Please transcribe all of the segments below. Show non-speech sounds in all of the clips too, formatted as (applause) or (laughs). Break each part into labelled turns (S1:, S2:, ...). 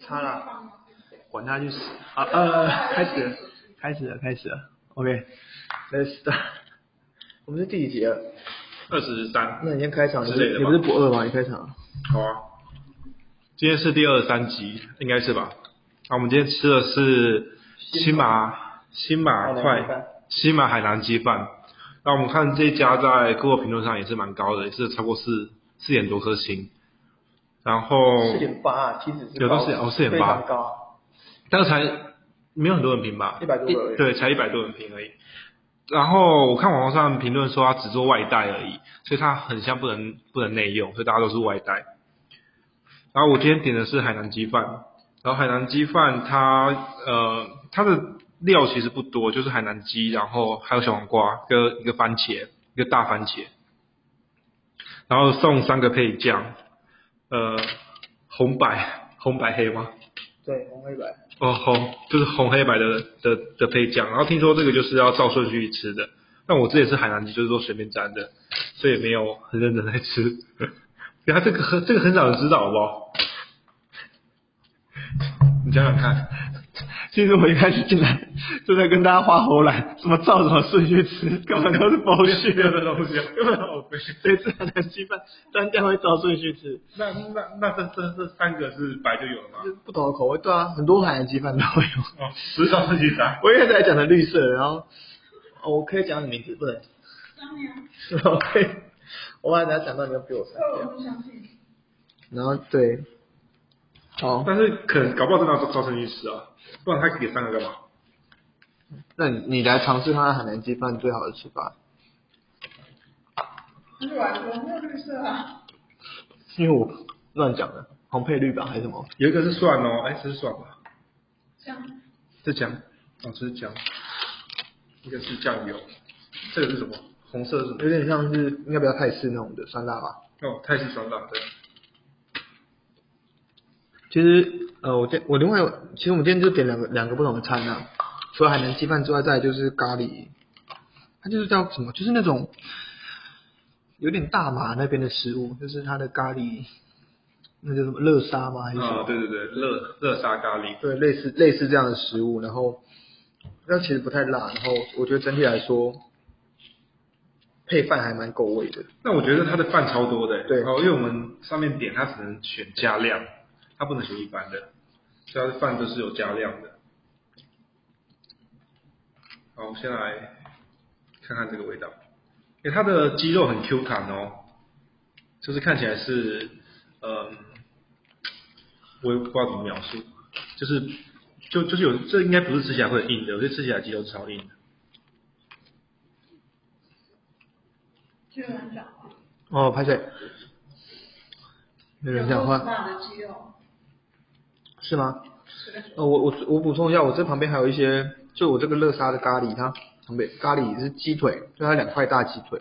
S1: 擦啦，管他嗯去死啊！呃，开始了，开始了，开始了。OK，Let's、start。我们是第几集了？
S2: 二十三
S1: 那你先开场，你
S2: 之
S1: 不
S2: 类
S1: 是
S2: 的
S1: 你
S2: 吧
S1: 不是不饿吗？你开场。
S2: 好啊，今天是第二十三集，应该是吧？那、我们今天吃的是新马新马
S1: 海南
S2: 快
S1: 鸡饭
S2: 新马海南鸡饭。那我们看这家在 Google 评论上也是蛮高的，也是超过四四点多颗星。然后
S1: 四点八啊，其实是
S2: 有
S1: 高
S2: 到4.8哦4.8
S1: 非常高。
S2: 但是才没有很多人评吧，
S1: 100多个而已
S2: 对，才一百多人评而已。然后我看网络上评论说它只做外带而已，所以它很像不能不能内用，所以大家都是外带。然后我今天点的是海南鸡饭，然后海南鸡饭它呃它的料其实不多，就是海南鸡，然后还有小黄瓜跟一个番茄，一个大番茄，然后送三个配酱，呃红白红白黑吗？
S1: 对，红黑白。
S2: 哦，红就是红黑白的的的配酱，然后听说这个就是要照顺序吃的。那我这也是海南鸡，就是说随便沾的，所以没有很认真在吃。然后这个很这个很少人知道，好不好？你想想看，
S1: 其实我一开始进来就在跟大家画喉兰，什么照什么哦顺序吃，根本都是包
S2: 这个东西啊，
S1: 所以这海南鸡饭单家会照顺序吃，
S2: 那那那这这这三个是白就有了吗？
S1: 就是不同的口味。对啊，很多海南鸡饭都会有。
S2: 哦，十少是几三？
S1: 我一开始还讲的绿色，然后、哦、我可以讲你名字，不能。 (laughs)
S3: 当然，
S1: OK，我把等下讲到你要比我三
S3: 我
S1: 秒。
S3: 不相信。
S1: 然后对，好，
S2: 但是可能搞不好真的要照照顺序吃啊，不然他给三个干嘛？
S1: 那你你来尝试看看海南鸡饭最好的吃法，
S3: 软的没有绿色啊，
S1: 因为我乱讲的，红配绿吧还是什么？
S2: 有一个是蒜哦，哎，这是蒜吧？
S3: 这样
S2: 这姜，哦，这是姜，一个是酱油，这个是什么？红色是什么？
S1: 有点像是应该不要泰式那种的酸辣吧。
S2: 哦，泰式酸辣对。
S1: 其实呃，我今我另外有其实我们今天就点两个两个不同的餐啊，除了海南鸡饭之外，再来就是咖喱，它就是叫什么？就是那种有点大马那边的食物，就是它的咖喱，那叫什么热沙吗？还是什么？
S2: 啊、对对对，热热沙咖喱，
S1: 对，类似类似这样的食物，然后那其实不太辣，然后我觉得整体来说配饭还蛮够味的。
S2: 那我觉得它的饭超多的，
S1: 对
S2: 哦，因为我们上面点它只能选加量，它不能选一般的，所以它的饭都是有加量的。好，我们先来看看这个味道，因为它的鸡肉很 Q 弹哦，就是看起来是，嗯，我也不知道怎么描述，就是就就是有这应该不是吃起来会很硬的，我觉得吃起来鸡肉超硬的。
S3: 就有人讲话，
S1: 哦，拍水，有人讲
S3: 有够
S1: 话
S3: 大的肌肉，
S1: 是吗？
S3: 是
S1: 呃，我我我补充一下，我这旁边还有一些，就我这个乐沙的咖喱，它旁边咖喱是鸡腿，就它两块大鸡腿，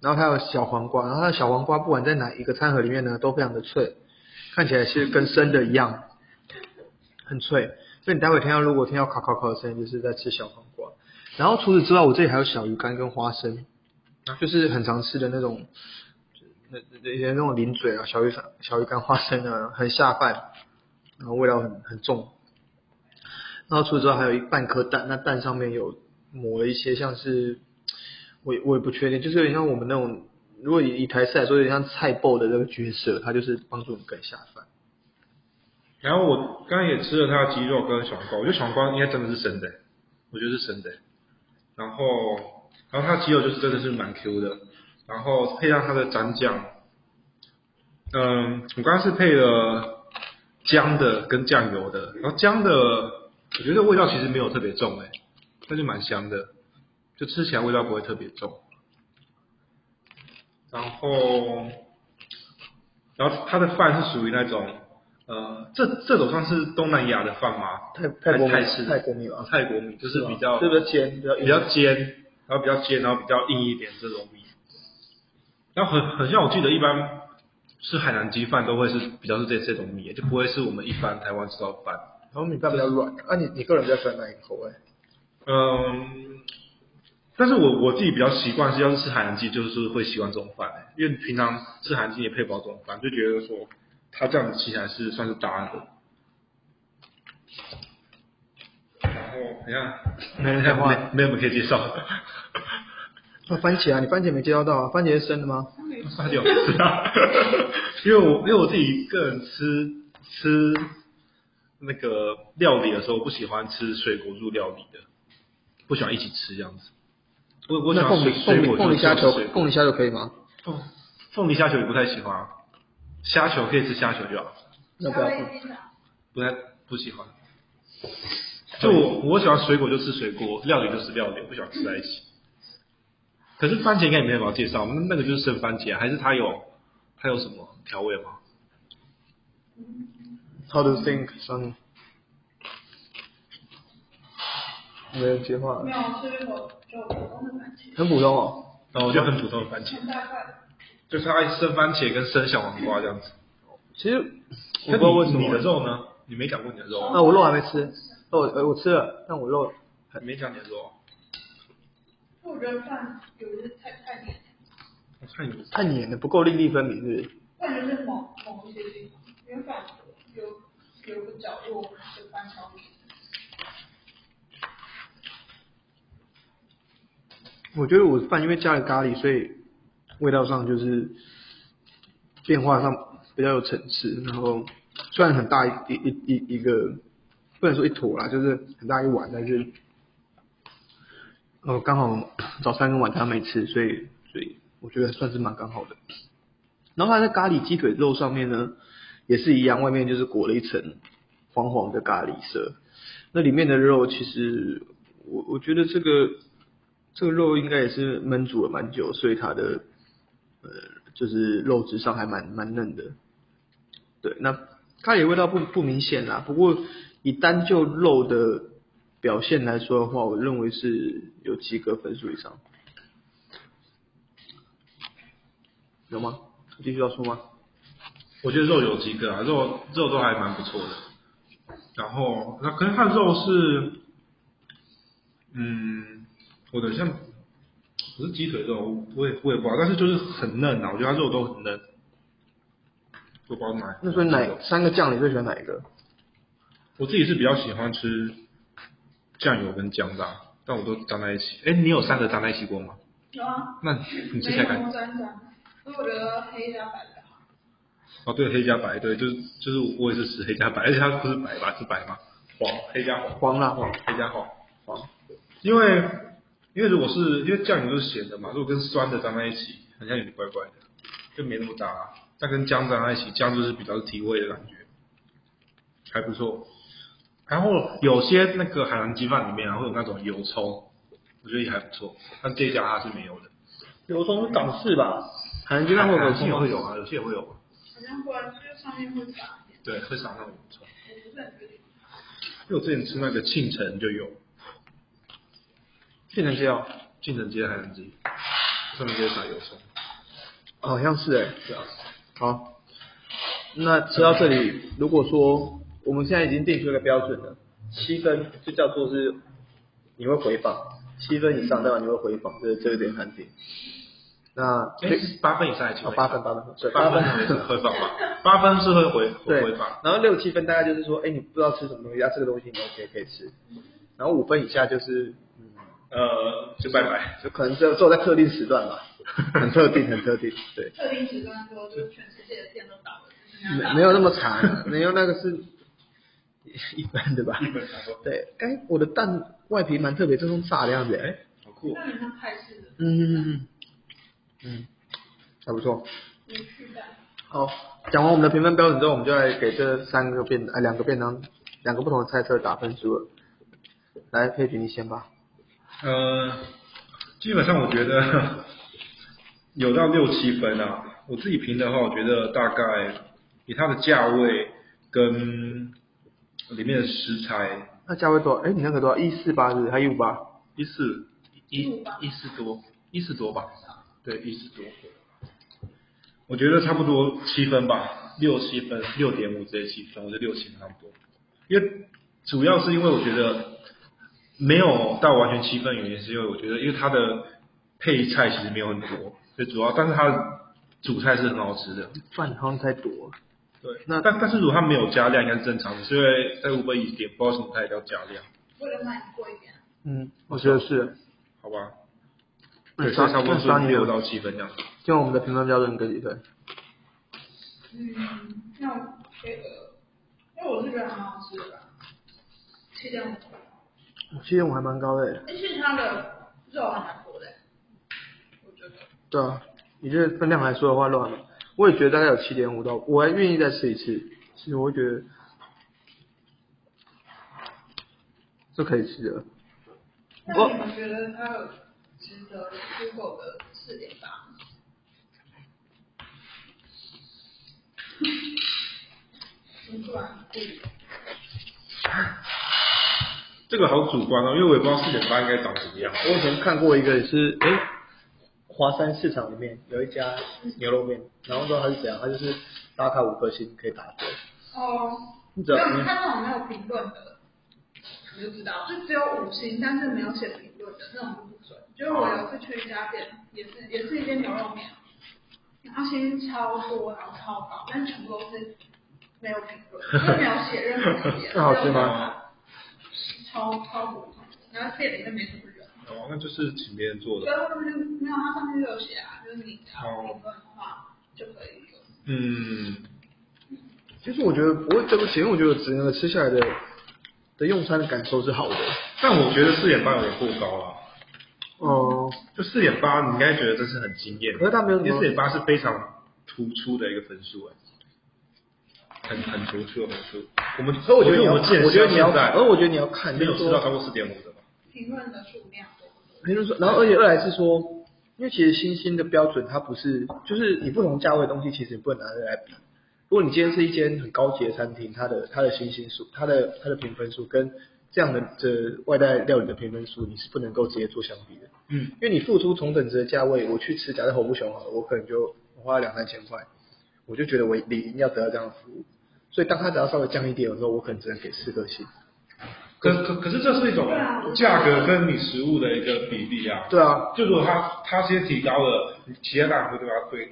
S1: 然后它有小黄瓜，然后它的小黄瓜不管在哪一个餐盒里面呢，都非常的脆，看起来是跟生的一样，很脆。所以你待会听到如果听到烤烤烤的声音，就是在吃小黄瓜。然后除此之外，我这里还有小鱼干跟花生，就是很常吃的那种，那那以前那种零嘴啊，小鱼小鱼干花生啊，很下饭，然后味道很很重。然后除此之外还有一半颗蛋，那蛋上面有抹了一些像是，我也我也不确定，就是有点像我们那种，如果以以台式来说，有点像菜爆的那个角色，它就是帮助你更下饭。
S2: 然后我刚刚也吃了它的鸡肉跟小黄瓜，我觉得小黄瓜应该真的是生的，欸我觉得是生的。然后，然后它的鸡肉就是真的是蛮 Q 的，然后配上它的蘸酱，嗯，我刚刚是配了姜的跟酱油的，然后姜的我觉得味道其实没有特别重哎，但是蛮香的，就吃起来味道不会特别重。然后，然后它的饭是属于那种，呃，这这种算是东南亚的饭吗？
S1: 泰泰国米
S2: 泰式
S1: 泰国米吧，
S2: 泰国米就是比较
S1: 这个煎比较
S2: 比较尖，然后比较尖，然后比较硬一点这种米。然后很很像我记得一般是海南鸡饭都会是比较是这这种米，就不会是我们一般台湾吃到的饭。
S1: 然后米饭比较软。啊，你你个人比较喜欢哪一个口味？
S2: 嗯，但是我我自己比较习惯是要是吃海南鸡，就是会习惯这种饭、欸因为平常吃海南鸡也配不到这种饭，就觉得说它这样子吃起来是算是搭的。然后等一下，
S1: 没人讲话
S2: 没没有人可以介绍。
S1: 那番茄啊，你番茄没介绍到啊？番茄是生的吗？
S3: 他没吃
S2: 八九是啊， (laughs) 因为我因为我自己个人吃吃那个料理的时候，不喜欢吃水果入料理的，不喜欢一起吃这样子。我我喜
S1: 那
S2: 欢
S1: 凤
S2: 水
S1: 梨凤
S2: 水
S1: 梨
S2: 果
S1: 凤
S2: 就
S1: 梨
S2: 是
S1: 虾球
S2: 水，果
S1: 凤梨虾球可以吗？
S2: 凤凤梨虾球也不太喜欢啊，虾球可以吃虾球就好，
S1: 要不
S3: 夏
S1: 要？
S3: 威夷啊，
S2: 不太不喜
S1: (laughs)
S2: 欢。就我我喜欢水果就吃水果，料理就是料理，我不喜欢吃在一起。可是番茄应该也没有办法介绍，那那个就是生番茄，还是它有它有什么调味吗？
S1: How do you think, Sunny？没人接话
S3: 没
S1: 了，
S3: 有，是我就普通的番茄，
S1: 很普通哦。
S2: 然后我就很普通的番茄，
S3: 很大块的。
S2: 就是爱生番茄跟生小黄瓜这样子。
S1: 其实我不
S2: 那
S1: 知道为
S2: 你
S1: 什
S2: 你的
S1: 么，
S2: 肉呢？你没讲过你的肉啊，
S1: 啊，我肉还没吃，哦，呃我吃了，但我肉
S2: 没讲你的肉啊。
S3: 我觉得饭有的太太黏，
S2: 我看你
S1: 太黏了，不够粒粒分明，是不是？
S3: 饭就是某某一些地方，因为饭有有个角落是翻炒米，
S1: 我觉得我饭因为加了咖喱，所以味道上就是变化上比较有层次。然后虽然很大一一一一一个，不能说一坨啦，就是很大一碗，但是呃刚好早餐跟晚餐没吃，所以所以我觉得算是蛮刚好的。然后它在咖喱鸡腿肉上面呢，也是一样，外面就是裹了一层黄黄的咖喱色。那里面的肉其实我我觉得这个这个肉应该也是焖煮了蛮久，所以它的呃就是肉质上还蛮蛮嫩的。对，那咖喱味道不不明显啦，不过以单就肉的表现来说的话，我认为是有及格分数以上。有吗？继续要说吗？
S2: 我觉得肉有几个啊，肉肉都还蛮不错的。然后那可是它的肉是，嗯，我的像不是鸡腿肉，我也我也不知道，但是就是很嫩啊，我觉得它肉都很嫩。我不知道哪。
S1: 那所以哪三个酱你最喜欢哪一个？
S2: 我自己是比较喜欢吃酱油跟姜的啊、但我都沾在一起。哎，你有三个沾在一起过吗？
S3: 有啊，
S2: 那你接下来看
S3: 梅浓沾沾，所以我觉得黑加白的好，
S2: 哦，对，黑加白，对，就是就是我也是吃黑加白，而且它不是白吧，是白吗？黄，黑加黄，
S1: 黄辣
S2: 黄
S1: 黄，
S2: 黑加黄。
S1: 黄，
S2: 因为因为如果是因为酱油都是咸的嘛，如果跟酸的沾在一起，好像有点怪怪的，就没那么搭、但跟姜沾在一起，姜就是比较提味的感觉，还不错。然后有些那个海南鸡饭里面啊，会有那种油葱，我觉得也还不错，但这一家它是没有的。
S1: 油葱是港式吧？海南鸡饭会有
S2: 有
S1: 油葱
S2: 也
S1: 吗
S2: 会有啊，有些也会有啊。
S3: 好像不然就是上面会撒一点，
S2: 对，会撒那种油葱。
S3: 我不是很确定。
S2: 因为我之前吃那个庆城就有，
S1: 杏仁鸡哦，
S2: 庆城街海南鸡，上面就会撒油葱。
S1: 好像是哎、对啊。好，那吃到这里，如果说我们现在已经定出一个标准了，七分就叫做是你会回访，七分以上代表你会回访，这这有点难定。那
S2: 哎，是八分以上还是七
S1: 哦
S2: 分以上？
S1: 八分八分，对
S2: 八
S1: 八
S2: 分
S1: 分
S2: 是会放吧？八分是会回
S1: 对
S2: 回放，，
S1: 然后六七分大概就是说，哎，你不知道吃什么东西，啊，这个东西你 OK 可以吃。然后五分以下就是，嗯，
S2: 呃，就拜拜。
S1: 就可能只有只有在特定时段吧，很特定，很特定，对。
S3: 特定时段说，就是全世界的店都倒了，就是那
S1: 没
S3: 样
S1: 没有那么长，啊没有那个是一般的吧？
S2: 一本差不多。
S1: 对，哎，我的蛋外皮蛮特别，这种炸的样子，哎，
S2: 好酷哦！
S3: 那你像泰式的
S1: 嗯嗯嗯，还不错。
S3: 无趣蛋，
S1: 好，讲完我们的评分标准之后，我们就来给这三个便呃两个便当两个不同的菜色打分数了。来，佩君你先吧。
S2: 呃，基本上我觉得 (laughs) 有到六七分啊。我自己评的话，我觉得大概以它的价位跟里面的食材，
S1: 那价位多少？哎，你那个多少？一四八是不是？还一五八？
S2: 一四一
S3: 一五吧
S2: 一四多，一四多吧？对，一四多。我觉得差不多七分吧，六七分，六点五直接七分，我觉得六七分差不多。因为主要是因为我觉得没有到完全七分，原因是因为我觉得，因为它的配菜其实没有很多，最主要，但是它的主菜是很好吃的。
S1: 饭好像太多了。
S2: 对，
S1: 那
S2: 但但是如果它没有加量，应该是正常的，是因为在 Uber Eats 点不知道为什么它也要加量，
S3: 为了卖贵一点，
S1: 嗯，我觉得是。
S2: 好吧？
S1: 那
S2: 对，
S1: 你
S2: 所
S1: 杀
S2: 以差不多
S1: 那
S2: 是
S1: 杀你
S2: 六
S1: 有
S2: 到七分这样子。
S1: 就我们的评分标准给几分？
S3: 嗯，那我给个，因为我是觉呃得蛮好吃的吧，七点五，
S1: 我记得我还蛮高的耶。哎
S3: 而且它的肉还蛮多的，我觉得。
S1: 对啊，你这分量来说的话，肉还蛮，我也觉得大概有七点五到，我还愿意再吃一次。其实我会觉得是可以吃的。
S3: 那你们觉得它有值得 Google 的四点八 (laughs) 吗？你突然故意
S2: 这个好主观哦，因为我也不知道四点八应该长什么样。
S1: 我以前看过一个也是，诶，华山市场里面有一家牛肉面，然后说它是怎样，它就是打卡五颗星可以打折。
S3: 哦，
S1: 你
S3: 没
S1: 知道
S3: 有，你看那种没有评论的，你就知道，就只有五星，但是没有写评论的那种就不准。就是我有一次去一家店，也是也是一间牛肉面，然后星星超多，然后超高，但全部都是没有评论，就是没有写任何留言
S1: (laughs) 。那好吃吗？
S3: 超超普通，然后店里面没什么人。
S2: 哦，那就是请别人做
S3: 所以
S2: 的。
S3: 他们就没有，它上面就有写啊，就是你只要评论的话就可以有。
S2: 嗯，
S1: 其实我觉得不会对不起，因为我觉得整个吃下来的的用餐的感受是好的。
S2: 但我觉得四点八有点过高了。
S1: 哦、
S2: 就四点八，你应该觉得这是很惊艳。
S1: 可是它没有什么
S2: 四点八是非常突出的一个分数，哎，很很突出的分数。我们，
S1: 所以我觉得你
S2: 我
S1: 要，
S2: 们之前
S1: 我觉得你要
S2: 现在
S1: 看，而我觉得你要看，
S2: 没有
S1: 就
S2: 吃
S1: 是
S2: 到
S1: 说，
S2: 超过四点五的吧？
S3: 评论的数量多不多？
S1: 比如说，然后而且二来是说，因为其实星星的标准它不是，就是你不同价位的东西，其实你不能拿来比。如果你今天是一间很高级的餐厅，它的它的星星数、它的它的评分数跟这样的这外带料理的评分数，你是不能够直接做相比的。
S2: 嗯，
S1: 因为你付出同等值的价位，我去吃假设红不熊好了，我可能就我花了两三千块，我就觉得我理应要得到这样的服务。所以当它只要稍微降一点的时候，我可能只能给四颗星。
S2: 可可可是这是一种
S3: 对啊
S2: 价格跟你食物的一个比例啊。
S1: 对啊，
S2: 就如果它它先提高了，你其他大家会对它会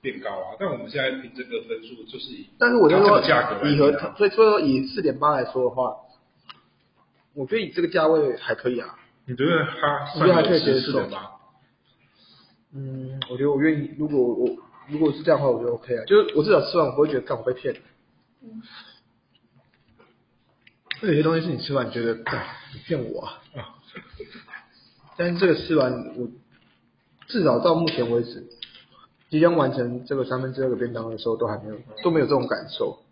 S2: 变高啊。但我们现在凭这个分数就是以，
S1: 但是我就说
S2: 它这个价格来
S1: 以和
S2: 比啊
S1: 所以说以四点八来说的话，我觉得以这个价位还可以啊。
S2: 你觉得它
S1: 我觉得还
S2: 算
S1: 可
S2: 有
S1: 以接
S2: 值
S1: 受
S2: 四点八？
S1: 嗯，我觉得我愿意，如果我如果是这样的话，我觉得 OK 啊。就是我至少吃完我不会觉得干我被骗了。
S3: 嗯，
S1: 那有些东西是你吃完觉得干你骗我啊，
S2: 啊，
S1: 但是这个吃完我至少到目前为止，即将完成这个三分之二个便当的时候都还没有都没有这种感受。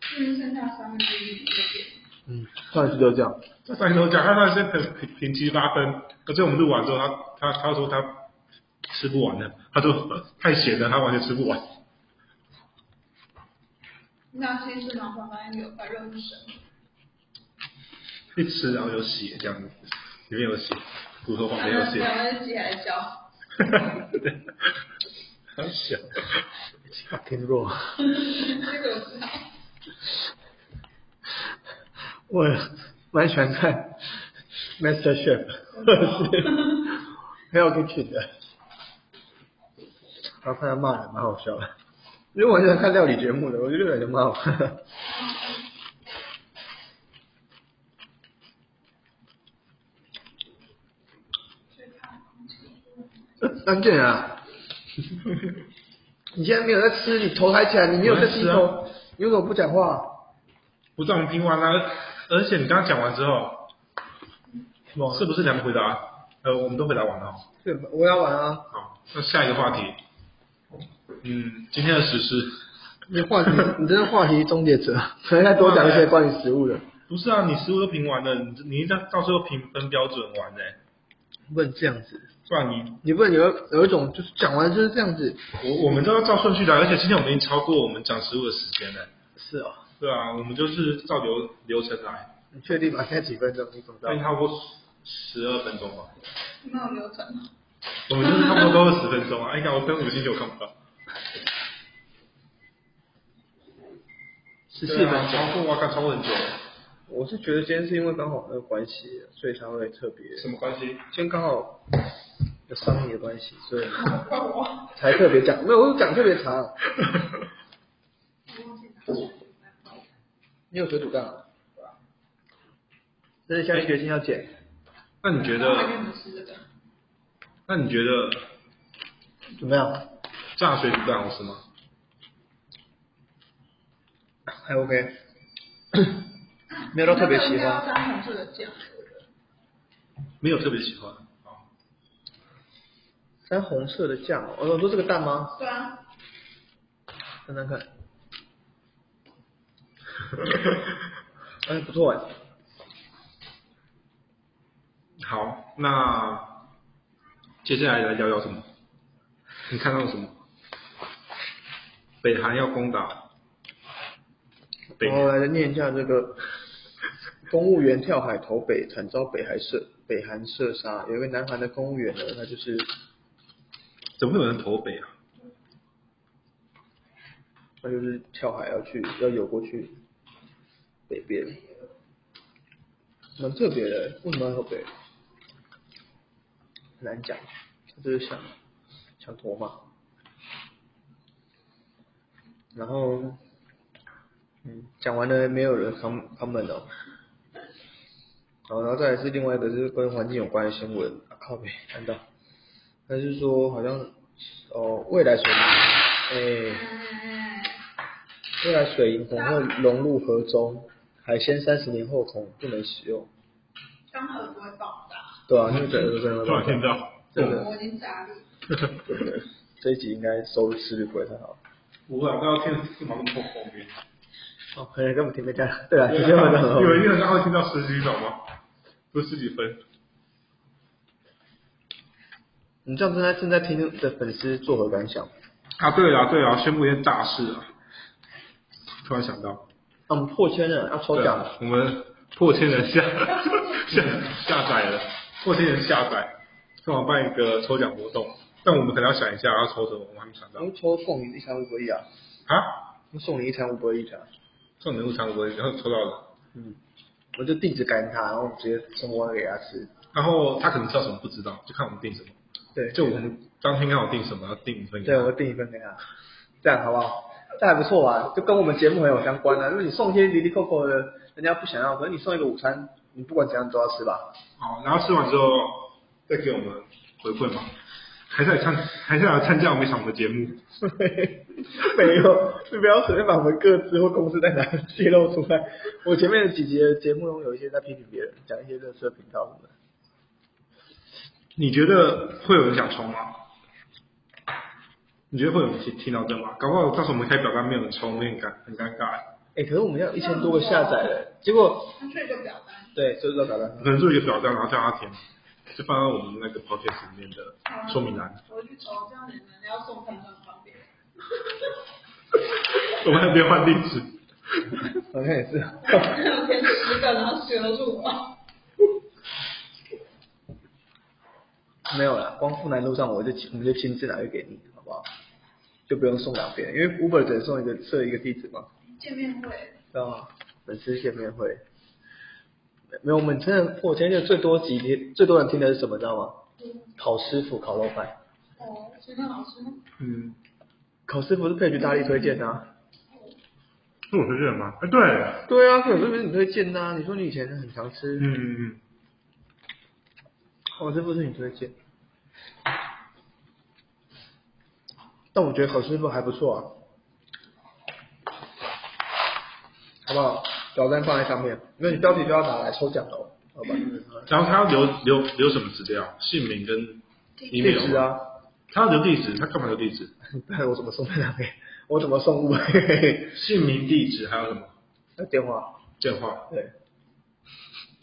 S3: 就是剩下三分之一的点。
S1: 嗯，上一次就这样。
S2: 这三头讲，他那是评评评七八分，可是我们录完之后，他他他说他吃不完了，他说太咸了，他完全吃不完。
S3: 那新市场旁边有块肉是什么？
S2: 一吃然后有血这样子，里面有血，骨头旁
S3: 反
S2: 边有
S3: 正
S2: 血，
S3: 两分之几还小，
S2: 好小。
S1: 天若，
S3: 这个我知道。
S1: 我蛮喜欢看 Master Chef，或者是 (laughs) Hell Kitchen 的，然后看他骂人，蛮好笑的。因为我很喜欢看料理节目的，我觉得 (laughs) 料理节目蛮好看的。
S3: 去看
S1: 张建啊， (laughs) 你现在没有在吃，你头抬起来，你没有在低
S2: 我在吃啊
S1: 头，你为什么不讲话？
S2: 不是我们听完了，而且你刚刚讲完之后，
S1: 什么
S2: 是不是两个回答？呃，我们都回答完了哦。
S1: 对，我要玩啊！
S2: 好，那下一个话题，嗯，今天的实施。
S1: 你话 (laughs) 题，你这个话题终结者，可能再多讲一些关于食物的。
S2: 不是啊，你食物都评完了，你你到到时候评分标准完呢、
S1: 不能这样子，
S2: 不然你
S1: 你不能有有一种就是讲完就是这样子。
S2: 我我们都要照顺序来，而且今天我们已经超过我们讲食物的时间了。
S1: 是哦，
S2: 对啊，我们就是照流流程来，
S1: 你确定吗？现在几分钟？你怎么知
S2: 那
S1: 道
S2: 已经？差不多十二分钟吧。
S3: 有没有流程吗？
S2: 我们就是差不多都是十分钟啊。哎呀，我跟五星球看不到，
S1: 十四
S2: 对
S1: 分
S2: 啊
S1: 钟。
S2: 超过哇，看超过很久了，
S1: 我是觉得今天是因为刚好那个关系，所以才会特别。
S2: 什么关系？ (laughs)
S1: 今天刚好有商业的关系，所以
S3: 怪我。
S1: 才特别讲。没有，我讲特别长。
S3: 嗯
S1: 你有水煮蛋啊？这是下定决心要减。
S2: 那你觉
S3: 然后还给
S2: 得
S3: 你？们吃这个？
S2: 那你觉得
S1: 怎么样？
S2: 炸水煮蛋好吃吗？
S1: 还 OK，没有到特别喜
S3: 那个应该要
S1: 欢。
S3: 沾红色的酱，我觉得
S2: 没有特别喜欢。哦好
S1: 沾红色的酱哦，哦，说这个蛋吗？
S3: 对啊，
S1: 看看看。哎，不错哎。
S2: (laughs) 好，那接下来来聊聊什么？你看到了什么？北韩要攻打北
S1: 然后来念一下这个： (laughs) 公务员跳海投北，惨遭北韩射北韩射杀。有一个南韩的公务员呢，他就是
S2: 怎么会有人投北啊？
S1: 他就是跳海要去要游过去北边，蛮特别的。为什么要投北？很难讲，他就是想想投嘛。然后，嗯，讲完了没有人 com comment 哦。好，然后再来是另外一个就是跟环境有关的新闻，啊靠北看到，他是说好像哦未来水泥，哎、
S3: 嗯，
S1: 未来啊水银可能会融入河中，海鲜三十年后恐不能使用。
S3: 刚好不会爆炸，
S1: 对
S2: 嗯
S1: 啊，因为整个真的
S2: 突然听
S1: 会
S2: 到，
S1: 真的
S3: 我已经炸裂。
S1: 这一集应该收视率不会太好。
S2: 我老刚刚听是蛮恐后面，
S1: 哦，可能根本听不见。 (laughs) 对啊，你根本很好
S2: 以。为你刚刚听到十几秒吗？不是十几分，
S1: 你这样正在正在听的粉丝作何感想？
S2: 啊，对了对了，宣布一件大事啊！突然想到，
S1: 啊，我们破千了，要抽
S2: 对
S1: 奖
S2: 啊
S1: 了。
S2: 我们破千人下 (laughs) 下下载了，破千人下载，正好办一个抽奖活动，但我们可能要想一下要抽什么，我们还没想到
S1: 我们抽送你一餐五百亿啊！
S2: 啊。
S1: 我们送你一餐五百亿啊！
S2: 送你入场我然后抽到了，
S1: 嗯，我就地址赶他，然后我们直接送过来给他吃。
S2: 然后他可能知道什么不知道，就看我们定什么，
S1: 对，
S2: 就我们当天刚好定什么，然后定五份给
S1: 对，
S2: 他。
S1: 我订一份给他，这样好不好？这还不错啊，就跟我们节目很有相关啊。如果你送一些离离扣扣的，人家不想要，可是你送一个午餐，你不管怎样都要吃吧。 (laughs)
S2: 好，然后吃完之后再给我们回馈嘛，还是来参，还是来参加我们一场的节目。
S1: 没有，你不要随便把我们各自或公司在哪泄露出来。我前面的几集的节目中有一些在批评别人，讲一些热色频道什么的。
S2: 你觉得会有人想冲吗？你觉得会有人听听到这吗？搞不好到时候我们开表单没有人冲，我们很尴很尴尬，
S1: 哎、可是我们要一千多个下载了，结果
S3: 他缺一个表单，
S1: 对，就是说搞到
S2: 可能做一个表单，然后叫他填，就放到我们那个 podcast 里面的说明栏。
S3: 我去抽，这样你们要送朋友很方便。
S2: 我们还没换地址，
S1: 好像也是。
S3: 填十个，然后选的是我。
S1: 没有啦，光复南路上我就我们就亲自拿去给你，好不好？就不用送两遍，因为 Uber 只能送一个设一个地址嘛，
S3: 见面会，
S1: 知道吗？粉丝见面会，没有，我们真的我前天最多几天最多人听的是什么，知道吗？烤师傅烤肉饭，
S3: 哦，学校老师吗？
S2: 嗯，
S1: 烤师傅是佩菊大力推荐的、啊。
S2: 是我推荐的吗？哎，对，
S1: 对啊，可是不是你推荐的、啊？你说你以前很常吃，
S2: 嗯嗯嗯，
S1: 烤师傅是你推荐，但我觉得烤师傅还不错啊，好不好？表单放在上面，因为你标题就要打来抽奖的哦，好吧？
S2: 然后他要留留留什么资料？姓名跟
S1: 地
S2: email
S1: 址啊，
S2: 他要留地址，他干嘛留地址？
S1: 不然我怎么送在哪里？我怎么送 (laughs) 物？
S2: 姓名、地址还有什么？
S1: 那电话，
S2: 电话，
S1: 对，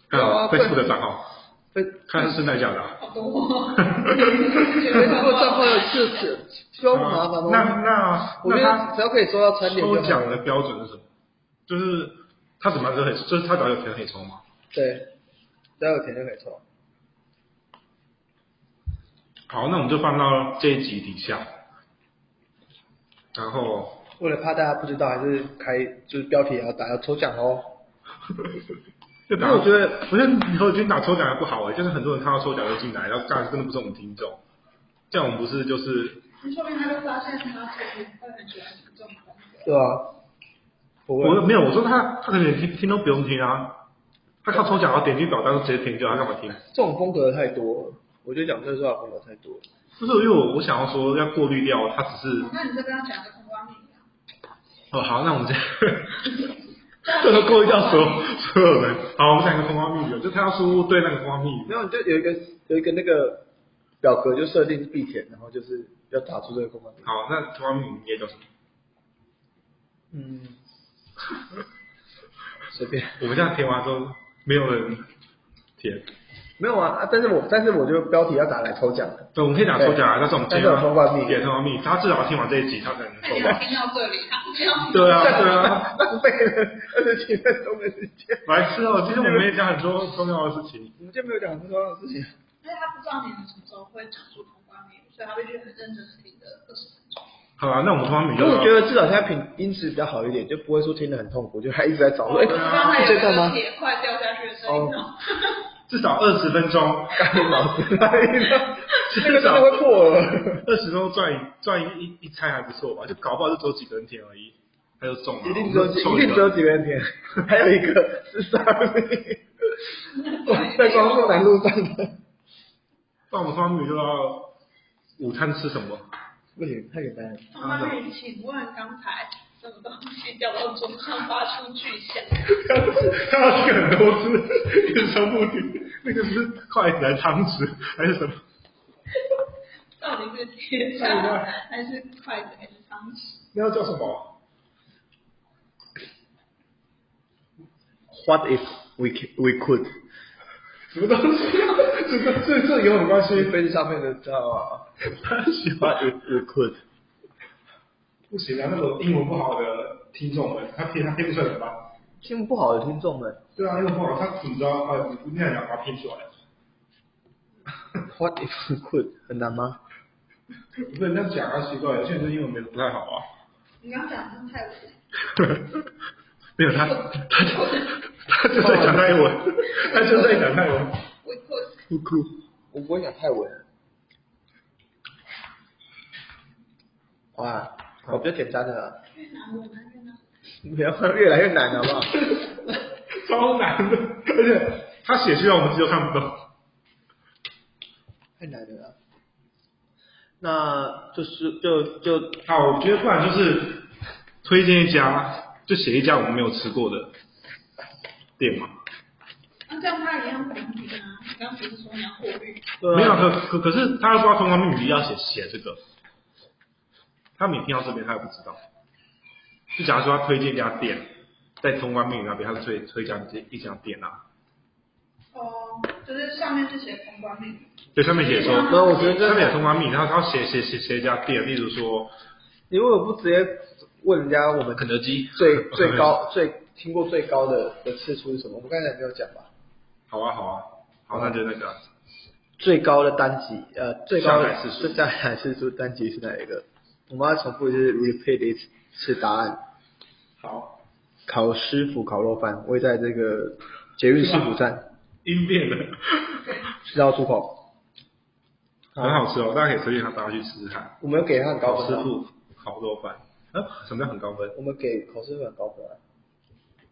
S2: 还有
S1: 有啊
S2: Facebook 的账号，
S1: 这
S2: 看是真的假的啊。
S3: 好多、哦。
S1: Facebook 账号有这这需要麻烦
S2: 那
S1: 吗？
S2: 那
S1: 我觉
S2: 那
S1: 得只要可以收到
S2: 他
S1: 餐点
S2: 抽
S1: 就好
S2: 奖的
S1: 了。
S2: 标准是什么？就是他怎么样都可以，就是他只要有钱可以抽吗？
S1: 对，只要有钱就可以抽。
S2: 好，那我们就放到这一集底下，然后
S1: 为了怕大家不知道，还是开就是标题也要打要抽奖哦。
S2: 就打。
S1: 因为我觉得，
S2: 我觉得你和军打抽奖还不好哎、就是很多人看到抽奖就进来，然后干真的不是我们听众，这样我们不是就是
S3: 你说明他就发现他其实会很喜欢这种风格。
S1: 对啊，不
S2: 我
S1: 会，
S2: 没有，我说他他可能连听听都不用听啊，他靠抽奖然后点进表单就直接听就好，他干嘛听？
S1: 这种风格太多了，我觉得讲这话风格太多了。
S2: 不是因为我我想要说要过滤掉，他只是
S3: 那你就跟他讲个通关密语啊。
S2: 哦好，那我们这样
S1: (laughs)
S2: 这个过滤掉所有所有人。好，我们讲一个通关密语，就他要输入对那个通关密语。
S1: 没有，你就有一个有一个那个表格就设定必填，然后就是要打出这个公关。
S2: 好，那通关密语应该叫什么？
S1: 嗯，随便。
S2: 我们这样填完之后，没有人填。
S1: 没有啊，啊但是我但是我就标题要打来抽奖的。
S2: 对，我们可以讲抽奖啊，但是我们今天
S1: 但是有通关密
S2: 点通关密语，他至少听完这一集，他才能
S3: 那
S2: 抽
S3: 你
S2: 吧
S3: 要。听到这里啊，这样
S2: 对啊，对啊。
S1: 浪费了二十几分钟的时间，
S2: 白痴哦、今天我们也讲很多重要的事情。
S1: 我们就没有讲很多的事情。
S3: 因为他不知道你们什么时候会讲出通关密语，所以他必须很认真的听个二十分钟。
S2: 好啦，那我们通关密语
S1: 可
S2: 就
S1: (laughs) 我觉得至少现在品音质比较好一点，就不会说听得很痛苦，就还一直在找说，哎、
S3: 刚刚还
S1: 欸，
S3: 有
S1: 这
S3: 一
S1: 段
S3: 个
S1: 吗？
S3: 铁块掉下去的声音哦。
S2: 至少二十分钟，
S1: 干老师，那个真的会破了，
S2: (laughs) 二十分钟赚一赚一一餐还不错吧？就搞不好就只有几个人填而已，他就中了。
S1: 一定只有
S2: 我们
S1: 几，
S2: 凑
S1: 一定只有几个人填，还有一个是 sorry，我在光复南路上的，
S2: 那我们通关密语就要午餐吃什么？
S1: 不行，太简单了。
S3: 通关密语，请问刚才什么东西掉到桌上发出巨响？
S2: 他要听很多次，一直重复听。那个是筷子还是汤匙还是什么？
S3: 到底是铁叉还是筷子还是汤匙？
S2: 那要叫什么？
S1: What if we c- we could？
S2: 什么东西？啊这个这这有什么关系？
S1: 飞机上面的照啊
S2: 他喜欢
S1: ，What if we could？
S2: 不行啊，那种英文不好的听众们，他听他听不出来怎么办？
S1: 听不好的听众们
S2: 对啊，英文不好，他怎么知道？哎，你那样把它拼出来？
S1: ，What if we could？很难吗？
S2: 不是，那讲啊，奇怪，有些人英文没不太好啊。
S3: 你刚讲的真太危险。
S2: (laughs) 没有他，他就他就在讲泰文，他就在讲泰文。
S3: We could
S1: 酷酷，我不会讲泰文。哇，我比较简单的啦，
S3: 越南文啊，越南文。
S1: 不要 (laughs) 越来越难好不好？
S2: 超难的，而且他写出来我们自己都看不懂。
S1: 太难了啦。那就是就就
S2: 好，我觉得不然就是推荐一家，就写一家我们没有吃过的店嘛。
S3: 那这样他一样平均啊。你刚不是说你要过滤？
S2: 没有，
S1: 对啊
S2: 可可可是他要说他通关密语要写写这个，他每听到这边他也不知道。就假如说他推荐一家店，在通关密语那边，他是推推荐一家店啊。
S3: 哦，就是上面是写通关密语。
S2: 对，上面写说，
S1: 所啊以我觉得
S2: 上
S1: 这
S2: 面有通关密语，然后他写写写写一家店，例如说
S1: 你如果不直接问人家我们
S2: 肯德基 (laughs)
S1: 最最，高最听过最高的的次数是什么？我们刚才没有讲吧？
S2: 好啊好啊，好那就那个啊
S1: 最高的单集，呃，最高
S2: 下载
S1: 的
S2: 次数
S1: 最下载次数单集是哪一个？我们要重复一次，repeat 一次是答案。
S2: 好
S1: 烤师傅烤肉饭，位在这个捷运市府站
S2: 应变的，
S1: (laughs) 四号出口。
S2: 很好吃哦，大家可以推荐他大家去吃吃看。
S1: 我们有给他很高
S2: 烤
S1: 分啊
S2: 师
S1: 吗，
S2: 傅烤肉饭，啊，什么叫很高分？
S1: 我们给烤师傅很高分啊，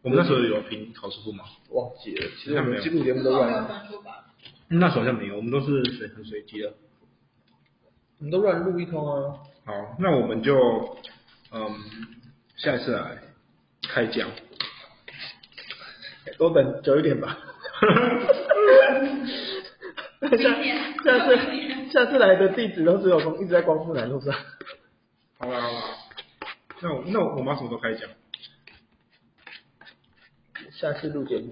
S2: 我们那时候有评烤师傅吗？
S1: 忘记了。其实我们记录节目都
S3: 没
S1: 乱
S3: 有
S1: 录，
S3: 分数吧？
S2: 嗯那时候好像没有，我们都是随很随机的。
S1: 我们都乱录一通啊。
S2: 好，那我们就嗯下一次来开讲。
S1: 多等久一点吧。下
S3: 年
S1: 下次下次来的地址都只有光一直在光复南路上。
S2: 好啦好啦，那我那我们要什么时候开讲？
S1: 下次录节目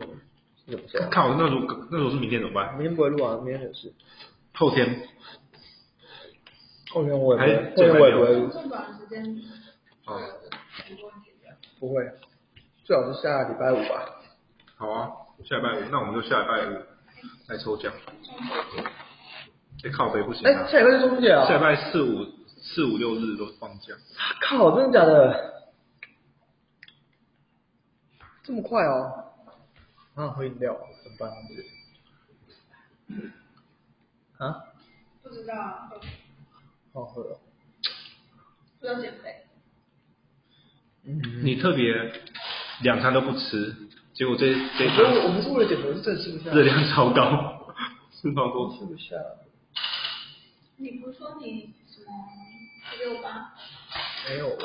S1: 怎么说？
S2: 看我那如果那如果是明天怎么办？
S1: 明天不会录啊，明天有事。
S2: 后天
S1: 后天我也不
S2: 还
S1: 会，后天我也不会录，
S3: 最短的时间，
S2: 啊，
S3: 没问题的。
S1: 不会。最好是下礼拜五吧。
S2: 好啊，下礼拜五，那我们就下礼拜五来抽奖。哎、靠北不行
S1: 哎、
S2: 啊，
S1: 下礼拜是中秋节啊！
S2: 下礼拜四五四五六日都放假。
S1: 靠，真的假的？这么快哦？啊，喝饮料怎么办？啊，
S3: 不知道啊，
S1: 好喝哦。
S3: 不知道减肥。
S1: 嗯，
S2: 你特别两餐都不吃，结果这这一
S1: 所以我
S2: 餐
S1: 们是为了减肥，是真的吃不下。
S2: 热量超高，吃超多。
S1: 吃不下。
S3: 你不是说你什么一六八
S1: 没有吧？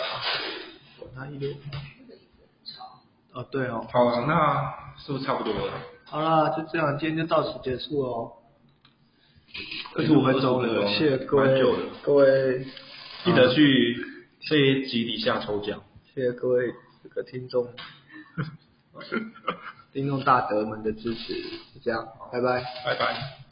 S1: 管他一溜。
S3: 那个椅子很吵？
S1: 哦，对哦。
S2: 好了，那是不是差不多了？
S1: 好啦，就这样，今天就到此结束哦。二十
S2: 25
S1: 五分钟
S2: 分钟
S1: 了，
S2: 了哦
S1: 谢谢各
S2: 蛮
S1: 位
S2: 久的，
S1: 各位，
S2: 记得去这一集底下抽奖。
S1: 谢谢各位这个听众，听众大德们的支持，就这样，拜拜。
S2: 拜拜。